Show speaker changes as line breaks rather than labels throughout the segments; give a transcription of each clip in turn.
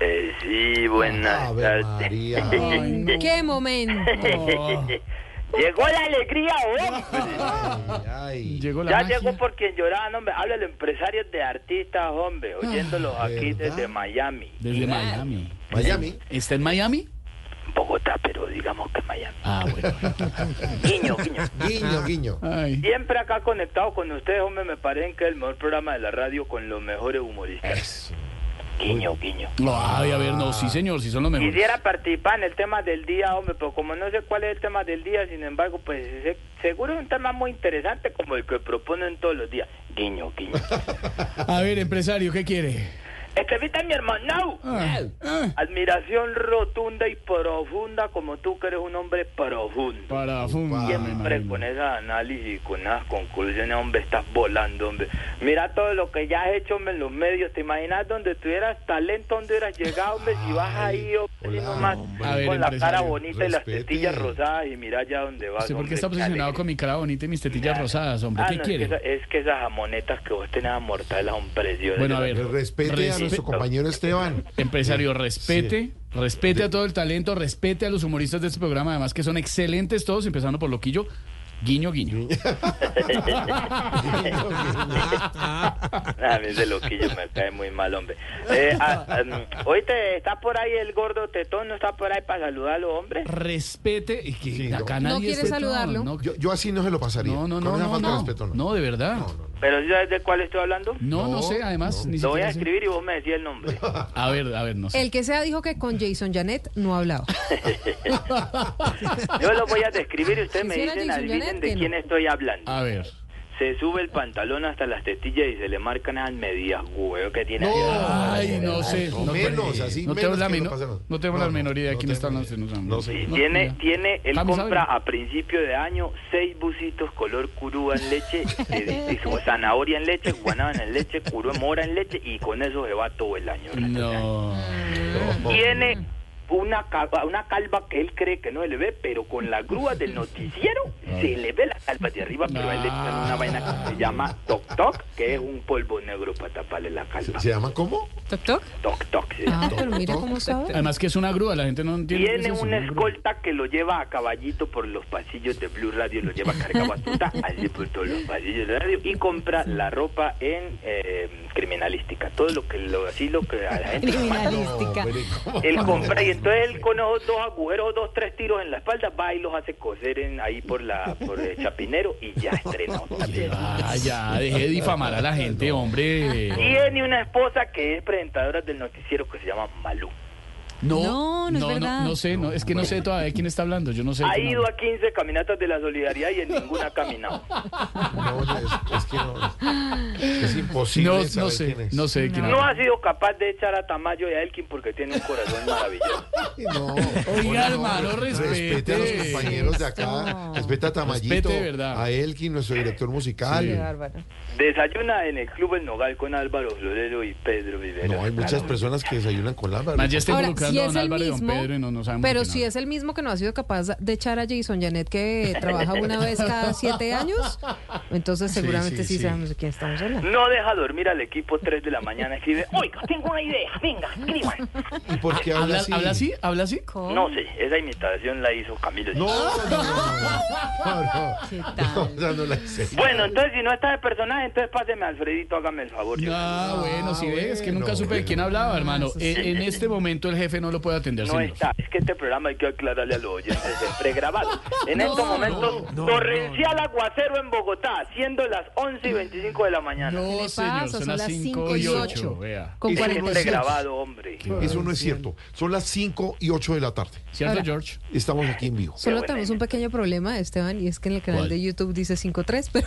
Eh, sí, buenas
Ave
tardes.
María.
Ay, no.
¿Qué momento?
Llegó la alegría, hombre.
Ay, ay.
Llegó la
Ya
magia.
llegó por quien lloraban, hombre. Habla los empresarios de artistas, hombre. Oyéndolos aquí
Ah, ¿verdad?
desde Miami.
Desde Miami.
Miami.
¿Está en Miami?
Bogotá, pero digamos que Miami.
Ah, bueno.
Guiño, guiño.
Guiño, guiño.
Ay.
Siempre acá conectado con ustedes, hombre. Me parecen que es el mejor programa de la radio con los mejores humoristas.
Eso.
Guiño, guiño.
Ay, a ver, no, sí, señor, sí son los mejores.
Quisiera participar en el tema del día, hombre, pero como no sé cuál es el tema del día, sin embargo, pues se- seguro es un tema muy interesante como el que proponen todos los días. Guiño, guiño.
A ver, empresario, ¿qué quiere?
Escribiste a mi hermano.
Ah, ah,
Admiración rotunda y profunda como tú que eres un hombre profundo.
para fumar.
Siempre con ese análisis, con esas conclusiones, hombre, estás volando, hombre. Mira todo lo que ya has hecho, hombre, en los medios. ¿Te imaginas donde tuvieras talento, donde hubieras llegado, hombre? Si vas ahí, hombre,
hola,
nomás,
hombre.
A ver,
con la cara
empresario,
bonita y las
respete.
tetillas rosadas y mira ya dónde vas,
¿Usted por
hombre,
qué está
qué
obsesionado
alegría.
con mi cara bonita y mis tetillas rosadas, hombre?
Ah,
¿Qué
no,
quiere?
Es que, esa- es que esas jamonetas que vos tenés amortadas son preciosas.
Bueno, a ver.
Respete a nuestro
Respeto.
compañero Esteban.
Empresario, respete, respete a todo el talento, respete a los humoristas de este programa, además que son excelentes todos, empezando por Loquillo. Guiño, guiño.
A mí Ah, ese loquillo me cae muy mal, hombre. Eh, ah, ah, mm, oíste, ¿está por ahí el gordo tetón? ¿No está por ahí para saludarlo, hombre?
Respete. y que
Sí,
acá
no.
nadie
No quiere
respeta,
saludarlo.
No,
Yo, yo así no se lo pasaría.
no, no,
Con
no,
esa
no,
falta de
no,
respeto, no.
no, de verdad.
No, no, no.
¿Pero si sabes de cuál estoy hablando?
No, no,
No,
sé, además.
no.
Ni
Lo voy a
siquiera sé.
escribir y vos me decís el nombre.
A ver, a ver, no sé.
El que sea dijo que con Jason Janet no ha hablado.
Yo lo voy a describir y ustedes me
Si suena
dicen,
Jason
adivinen
Janet,
de
que no.
quién estoy hablando.
A ver.
Se sube el pantalón hasta las tetillas y se le marcan las medidas, huevo, que tiene.
No.
ahí.
Ay, no sé.
no,
No,
menos, así
no tengo
menos
la,
que lo
menor-
pasaron.
no tengo
No,
la
no,
menor idea de
no
quién está
tengo
hablando.
idea.
no,
No sé.
no,
Tiene,
mira.
tiene, él
Javi,
compra
¿sabe?
a principio de año seis bucitos color curúa en leche, de distintos, zanahoria en leche, guanábana en leche, curúa mora en leche y con eso se va todo el año.
No.
Tiene una calva, una calva que él cree que no se le ve, pero con la grúa del noticiero se le ve la calva de arriba, pero a él le echan una vaina que se llama toc toc, que es un polvo negro para taparle la calva.
¿Se, se llama cómo?
¿Toc, toc?
Toc toc. se llama.
Ah, pero mira cómo sabe.
Además que es una grúa, la gente no entiende. qué es
Tiene
eso,
una
grúa.
escolta que lo lleva a caballito por los pasillos de Blue Radio, lo lleva cargado a tuta, así por todos los pasillos de radio y compra la ropa en eh, criminalística, todo lo que lo, así lo que a la gente le manda.
No,
Criminalística.
pero ¿y cómo?
Él compra y entonces él con esos dos agujeros, dos, tres tiros en la espalda, va y los hace coser en, ahí por la por el chapinero y ya estrenó.
Oye, Vaya, deje Ah, de difamar a la gente, hombre.
Tiene una esposa que es presentadora del noticiero que se llama Malú.
No, no es verdad.
no sé, no, es que no sé todavía de quién está hablando, yo no sé. de
Ha
quién
ido
habla.
a 15 caminatas de la solidaridad y en ninguna ha caminado.
No, oye, es, es que no. Es imposible.
No, no
saber
sé,
quién es.
no sé de quién
No
habla.
ha sido capaz de echar a Tamayo y a Elkin porque tiene un corazón maravilloso.
Ay, No.
Oiga, hermano,
Respete a los
respete.
compañeros de acá. Respeta a Tamayito.
Respete, de verdad.
A Elkin, nuestro director musical.
Desayuna en el Club El Nogal con Álvaro Florero y Pedro Vivero.
No, hay muchas personas que desayunan con la
Más ya está
Ahora,
involucrando
si
a
es
don
el
Álvaro y don
mismo,
Pedro y no, no sabemos
pero
de quién
si
habla.
es el mismo que no ha sido capaz de echar a Jason Janet que trabaja una vez cada siete años, entonces seguramente sí,
sí.
sabemos de quién estamos hablando.
No deja dormir al equipo 3 de la mañana. Escribe, oiga, tengo una idea, venga, escriban.
¿Y por qué habla
¿Habla,
así?
¿Habla así? ¿Habla así?
Oh.
No sé, esa imitación la hizo Camilo.
No, no, no, no, no.
¿Qué
No, no,
tal?
no, no la hice.
Bueno, entonces si no está de personaje, entonces páseme a Alfredito, hágame el favor. yo-
Ah, bueno, si ves, que
bueno,
nunca supe de quién hablaba, hermano.
eso sí.
Eh, En este momento el jefe no lo puede atender.
No
señor.
está, es que este programa hay que aclararle a los oyentes, es pregrabado. En
No,
estos momentos, torrencial aguacero en Bogotá, siendo las 11 y 25 de la mañana.
No,
le
señor,
pasa?
son
Son
las
las
5 y
cinco y
8.
ocho.
Vea.
Con
Es que es
47.
pregrabado, hombre.
Eso no es cierto. Son las 5 y 8 de la tarde.
¿Cierto,
Ahora.
George?
Estamos aquí en vivo.
Solo
buena
tenemos
idea.
un pequeño problema, Esteban, y es que en el canal
¿Cuál?
de YouTube dice 5-3, pero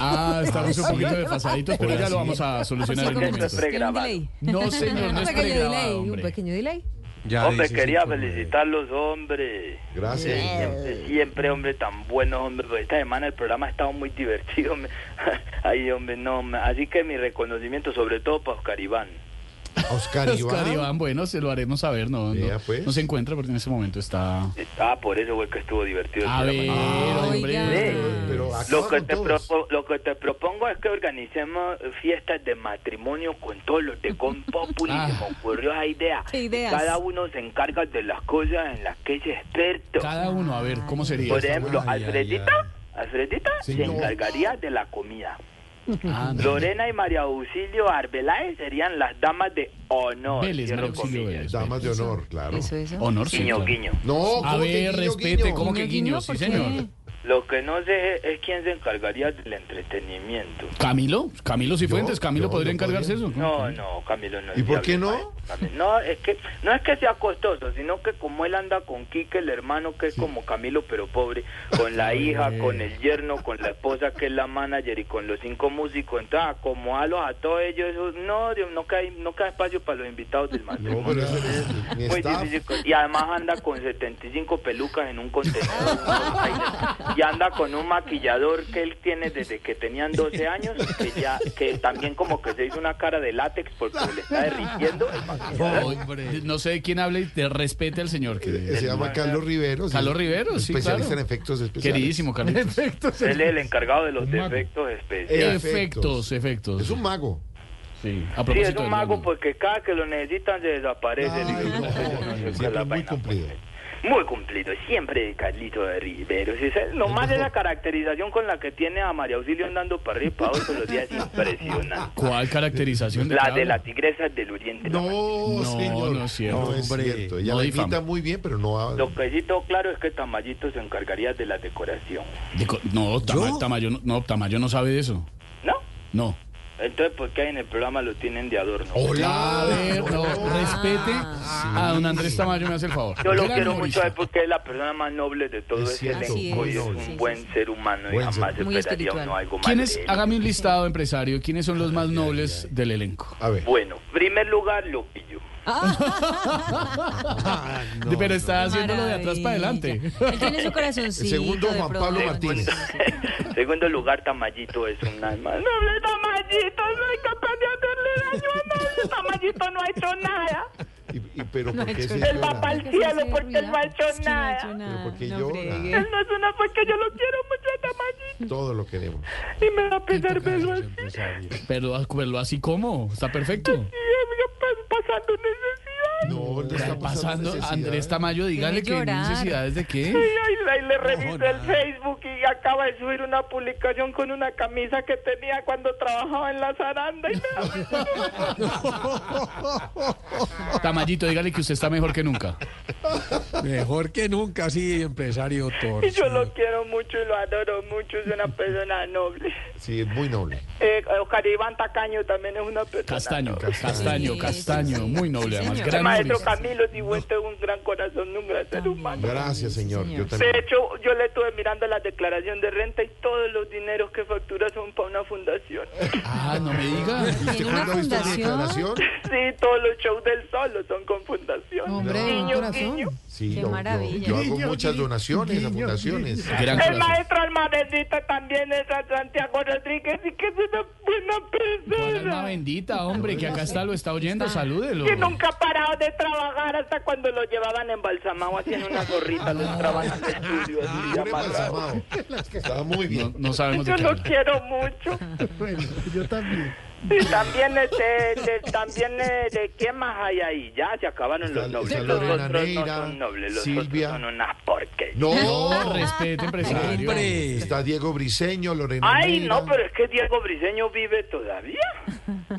Ah, estamos un
sí.
poquito desfasaditos, pero
Ahora
ya lo
sí.
vamos a solucionar
así
en un
como que
momento.
Siempre
tiene un
grabado.
delay.
No, señor, no
un
es
pequeño delay,
pregrabado,
un
hombre.
pequeño delay.
Hombre, quería felicitarlos, hombre.
Gracias.
Siempre, siempre, hombre, tan buenos, hombre. Pues Esta semana el programa ha estado muy divertido. hombre. Ay, hombre, no. hombre. Así que mi reconocimiento, sobre todo para Oscar Iván.
A Oscar Iván.
Oscar Iván, bueno, se lo haremos saber, no,
Vea,
no,
pues.
no se encuentra porque en ese momento está...
Ah, por eso fue que estuvo divertido.
A ver, hombre.
Oiga.
Pero
Lo
acaba
que,
con
te
todos.
propo- lo que te propongo es que organicemos fiestas de matrimonio con todos los de Compopuli.
Ah.
Se me ocurrió esa idea.
Qué ideas.
Cada uno se encarga de las cosas en las que es experto.
Cada uno, a ver, ¿cómo sería?
Por ejemplo,
Ay, ay,
Alfredita, Alfredita
Señor.
se encargaría de la comida.
Ah, no.
Lorena y María Auxilio Arbeláez serían las damas de honor.
Vélez,
cierro
María Auxilio
comillas.
Vélez.
Damas de honor, claro.
Eso, eso.
Honor, sí,
Guiño,
claro.
guiño.
No,
A
Oh, ¿cómo que
ver,
guiño,
respete,
guiño?
¿cómo que
Guiño,
guiño?
guiño,
Sí,
¿por qué?
señor.
Lo que no sé es quién se encargaría del entretenimiento.
Camilo, Camilo Cifuentes,
Yo,
Camilo
yo,
podría
yo
encargarse
podría.
eso.
No, no, Camilo no. es
¿Y por qué
viable
no?
para él. Camilo- No, es que no es que sea costoso, sino que como él anda con Quique, el hermano que es como Camilo pero pobre, con la hija, con el yerno, con la esposa que es la manager y con los cinco músicos, entonces acomodalos a todos ellos, eso- no, Dios, no cae, no cae espacio para los invitados del
No,
matrimonio.
pero eso es- ni
Muy
está.
difícil con- y además anda con 75 pelucas en un contenedor y anda con un maquillador que él tiene desde que tenían 12 años que ya que también como que se hizo una cara de látex porque le está derritiendo el maquillador.
Hombre, No sé de quién habla y te respete al señor.
Eh,
Que...
Se llama Carlos Riveros.
Carlos Riveros, sí,
Especialista
claro.
en efectos especiales.
Queridísimo, Carlitos.
él es el encargado de los
Un mago. Eh,
defectos especiales
Efectos, efectos.
Es un mago.
Sí, a
Sí,
propósito
es un mago pues.
del mago.
porque cada que lo necesitan se desaparece.
Ay,
Digo, no, pues, yo
no,
no sé cuál es
siempre
la
muy
vaina,
cumplido.
pues. Muy cumplido, siempre Carlito de Riveros. Esa es- Lo más de la caracterización con la que tiene a María Auxilio andando para arriba y para abajo todos los días es impresionante.
¿Cuál caracterización de
La
cada
de
uno?
la tigresa del oriente. la más-
No,
No,
señor.
no es cierto.
No es
Hombre,
cierto. Ella
no
la
difame.
invita muy bien, pero no va.
Lo que sí tengo claro es que Tamayito se encargaría de la decoración.
De co- No, Tama- Tamayo, no, no, Tamayo no sabe de eso.
¿No?
No.
Entonces, ¿por qué en el programa lo tienen de adorno?
A ver, no,
Hola.
respete
Ah.
a don Andrés Tamayo, me hace el favor.
Yo lo
Gran
quiero mucho
humorista.
a él porque es la persona más noble de todo
Es
este
cierto,
elenco
muy
y es
noble.
un buen ser humano y
Buen ser.
jamás
Muy
esperaría
espiritual.
uno algo más.
¿Quiénes,
de él.
hágame un listado, empresario, quiénes son los más nobles del elenco?
A ver.
Bueno, primer lugar, Lupillo.
Ah,
De- Pero está haciéndolo de atrás para
Maravilla.
adelante.
Él tiene su corazoncito.
Segundo,
de
Juan
pronto,
Pablo
¿no?
Martínez.
Segundo lugar, Tamayito es un alma. Noble Tamayito, no hay capaz de hacerle daño a nadie. Tamayito no ha hecho nada.
Y, y- pero
No
¿por
ha
qué
hecho
se
nada.
Él va pa'l
llora?
¿Por qué
cielo
se hace
porque él no ha hecho
Es que no ha hecho
nada.
nada.
¿Pero por qué
No
llora?
friegue.
Él no es una porque yo lo quiero mucho a Tamayito
Todo lo queremos.
y me da pesar verlo así.
Pero, pero así como, está perfecto.
Y es pas- pasando necesidad.
No, él no está pasando.
Pasando,
necesidad.
Andrés Tamayo, dígale que
llorar.
necesidades de
Y
qué.
ahí, ahí le reviso el Facebook y acaba de subir una publicación con una camisa que tenía cuando trabajaba en la zaranda. Y me da pesar.
Tamayito, dígale que usted está mejor que nunca.
Mejor que nunca, sí, empresario
Y yo lo
torcido.
quiero mucho y lo adoro mucho. Es una persona noble.
Sí, es muy noble.
Eh, Oscar Iván Tacaño también es una persona.
Castaño,
noble.
castaño,
Sí,
castaño,
sí, sí.
muy noble
Sí,
además.
señor.
El
Gran
maestro
humorista.
Camilo Sigüente es un gran corazón, un gran ser humano.
Gracias,
Sí,
señor.
señor.
Yo
De
también.
hecho, yo le estuve mirando la declaración de renta y todos los dineros que factura son para una fundación.
Ah, no me diga.
¿Usted
Tiene
cuándo
una
ha visto la
fundación.
declaración?
Sí, todos los shows del solo son con fundación.
Hombre,
No.
un
Guiño,
corazón.
guiño.
Sí,
Qué
yo, yo-
maravilla.
yo hago
Guiño,
muchas
guiño,
donaciones a
guiño,
fundaciones.
Gran
El
corazón.
maestro Almarecita también es a Santiago Rodríguez y que es una buena
Cuál alma
persona.
bendita, hombre, que acá está, lo está oyendo, salúdelo.
Que nunca ha parado de trabajar hasta cuando lo llevaban embalsamado haciendo una gorrita, lo entraban al estudio así,
Pobre
amarrado.
embalsamado. Estaba muy
No,
bien.
no sabemos de
Yo
qué
lo
habla.
quiero mucho.
yo también.
Y también este, este, también eh, de qué más hay ahí. Ya se acabaron los
Está-
nobles.
está
Los
Lorena
otros no
Neira,
son nobles, los
Silvia.
otros son unas porquerías.
No,
No, respete, empresario.
Hombre.
está Diego Briseño, Lorena.
Ay,
Neira.
no, pero es que Diego Briseño vive todavía.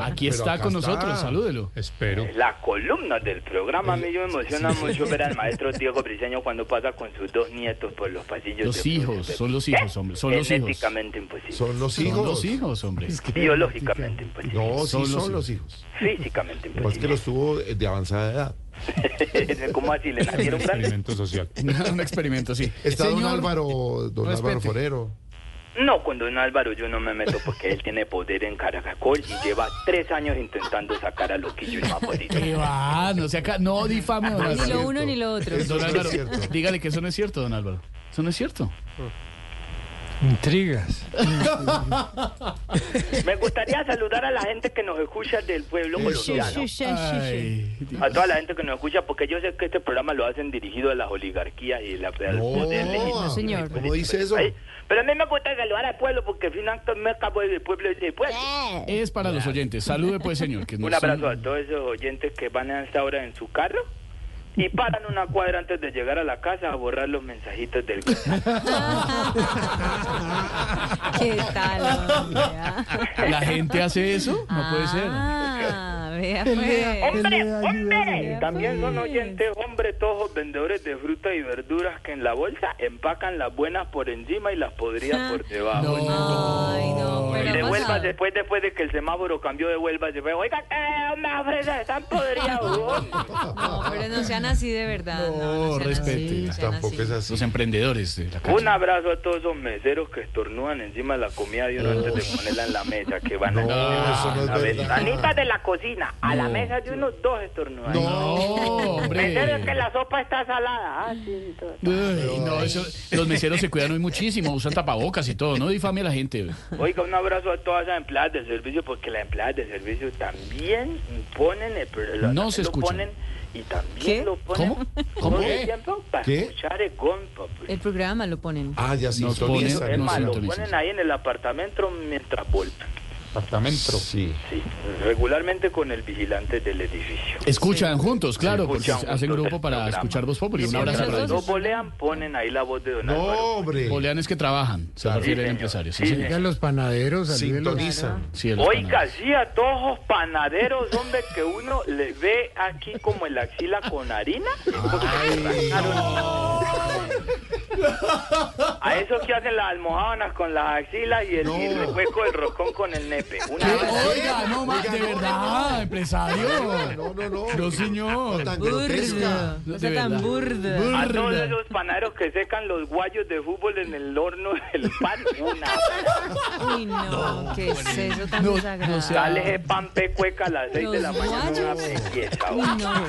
Aquí
Pero
está
acá
con
está.
nosotros, salúdelo.
Espero.
La columna del programa, a mí yo me emociona mucho ver al maestro Diego Briseño cuando pasa con sus dos nietos por los pasillos.
Los
de-
hijos,
de-
son los hijos, hombre, son los hijos.
Genéticamente imposible.
Son los
Son
hijos.
los hijos, hombre.
Biológicamente imposible.
No,
Son
sí,
los
son los hijos.
Físicamente
Pues que
imposible.
los tuvo eh, de avanzada edad.
¿Cómo pues. así? ¿Le nacieron grandes?
social.
Un experimento, sí.
Está don
Señor,
Álvaro, don
respete.
Álvaro Forero.
No, con don Álvaro yo no me meto porque él tiene poder en Caracol y lleva tres años intentando sacar a Loquillo y no ha podido.
¿Qué va? No se acá, no difame, don
Ni
Álvaro.
lo uno ni lo otro.
Eso
Don
no es
Álvaro,
cierto.
dígale que eso no es cierto, don Álvaro. Eso no es cierto.
Intrigas.
Me gustaría saludar a la gente que nos escucha del pueblo colombiano.
Ay,
A toda la gente que nos escucha, porque yo sé que este programa lo hacen dirigido a las oligarquías y la al poder
No,
legítimo.
señor.
¿Cómo dice eso?
Ay, Pero a mí me gusta saludar al pueblo porque al final me acabo del pueblo es del pueblo.
es para los oyentes. Salude pues, señor. Que no
Un
son-
abrazo a todos esos oyentes que van a esta hora en su carro y paran una cuadra antes de llegar a la casa a borrar los mensajitos del
Ah. ¿Qué tal? hombre, ah?
La gente hace eso, no puede ser.
Ah, vea pues.
¡Hombre, hombre!
ayuda.
También son oyentes, hombres, todos vendedores de frutas y verduras que en la bolsa empacan las buenas por encima y las podridas por debajo.
Ay, no,
Y
pero ha
devuelvas
pasado.
después, después de que el semáforo cambió de vuelva, se fue, oiga, eh, unas fresas están podridas, huevón".
No, pero no sean así de verdad. No,
No,
sean
respete.
así, no sean
Tampoco
así.
es así.
Los emprendedores de la calle.
Un abrazo a todos esos meseros que estornudan encima de la comida de uno antes de ponerla en la mesa, que van a
No, eso no es
la
verdad.
ventanita de la cocina, a la mesa de unos dos estornudan.
No, hombre.
Meseros que la sopa está salada. Ah, sí, sí, todo.
Ay, no, eso- los meseros se cuidan hoy muchísimo, usan tapabocas y todo. No difame a la gente.
Oiga, un abrazo a todas las empleadas del servicio, porque las empleadas del servicio también ponen el pro- lo-
No
también
se
lo
escucha.
ponen y también
¿Qué?
lo ponen
¿Cómo?
todo
¿Cómo?
el
¿Qué?
tiempo para
¿Qué?
escuchar el compa. pues.
El programa lo ponen.
Ah, ya
Nos
sintonizan,
ponen-
Es
no
más, lo
sintonizan.
ponen ahí en el apartamento mientras vuelven.
Apartamento. Sí.
Sí, regularmente con el vigilante del edificio.
Escuchan juntos, claro, porque
Escuchan
hacen
juntos
grupo
el
para
programa.
escuchar Voz Populi.
Sí,
Un
sí,
abrazo
los
para
dos.
Cuando
ellos.
volean, ponen ahí la voz de Don
No,
Álvaro.
hombre.
Boleanes que trabajan, se
Claro.
refieren
Sí, señor.
empresarios. Sí,
Sí,
señor.
Oiga, los panaderos, salúdenlos.
Sintonizan.
Sí, el
Oiga,
panadero.
sí, a todos los panaderos, hombre, que uno le ve aquí como el axila con harina. porque le rascaron. A esos que hacen las almohadas con las axilas y el, y el recueco del roscón con el nepe. Una
¿Qué?
vaina.
Oiga, no más, de verdad, empresario.
No, no, no.
No, señor.
No tan grotesca.
Burda. No sea tan burda.
A todos esos panaderos que secan los guayos de fútbol en el horno del pan, una.
Uy, no, ¿qué es eso tan
No,
desagradable?
no sea-
Dale ese pan pecueca a las 6 de la
Los
mañana. Una
guayos.
belleza,
Uy,
hombre.
no,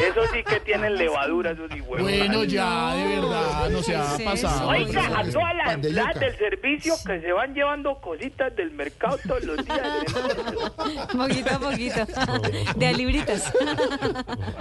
qué-
Eso sí que tienen levadura, esos sí huevos.
Bueno, ya, de verdad, no se ha
¿Qué es
pasado.
eso?
Oiga, a todas las
Pandeleta.
empleadas del servicio que se van llevando cositas del mercado todos los días. ¿eh?
Poquito a poquito. De a libritas.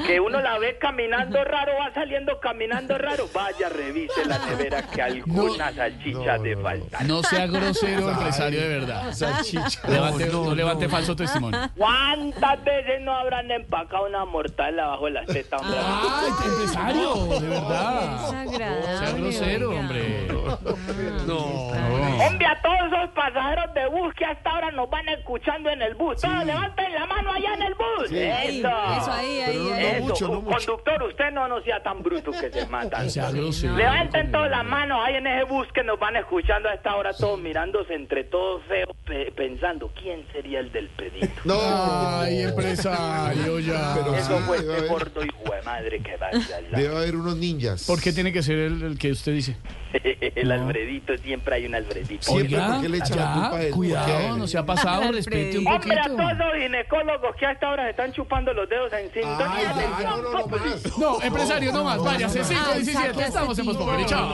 Que uno la ve caminando raro, va saliendo caminando raro. Vaya, revise la nevera que algunas salchichas
no,
de
no, no.
falta.
No sea grosero, empresario, de verdad.
Salchicha.
Levante-
No,
no,
no,
levante
no.
falso testimonio.
¿Cuántas veces no habrán empacado una mortal abajo de las tetas, hombre?
Ah.
¡Ay, empresario! De verdad.
Desagradable.
Sea grosero,
oiga.
hombre.
No,
Hombre, a todos esos pasajeros de bus que hasta ahora nos van escuchando en el bus. Todos levanten la mano allá en el bus.
Ahí,
Eso.
eso ahí, ahí,
no,
ahí.
Eso.
mucho, no
Un
mucho.
Conductor, usted no, no sea tan bruto que se matan.
No sea grosero.
Levanten todas las manos ahí en ese bus que nos van escuchando a esta hora, todos mirándose entre todos feos, pe- pensando quién sería el del pedido.
No.
Ay, empresario, ya.
Pero
Eso
sí,
fue
debe
este
haber-
gordo hijo de madre que va a
Debe haber unos ninjas.
¿Por qué tiene que ser el, el que usted dice?
El Alfredito, siempre hay un Alfredito.
Siempre, ¿por qué le echa la
ya,
culpa a él? ¿Por qué a
cuidado,
él?
no se ha pasado, respete un
Hombre, a
poquito.
todos los ginecólogos que a esta hora se están chupando los dedos en sintonía.
Ay,
del
ya, no, no, no
Populi.
más.
No, empresario, no más, váyase, 5,
Ay, saque
17,
a ese
estamos en
tipo.
Voz Populi, chao.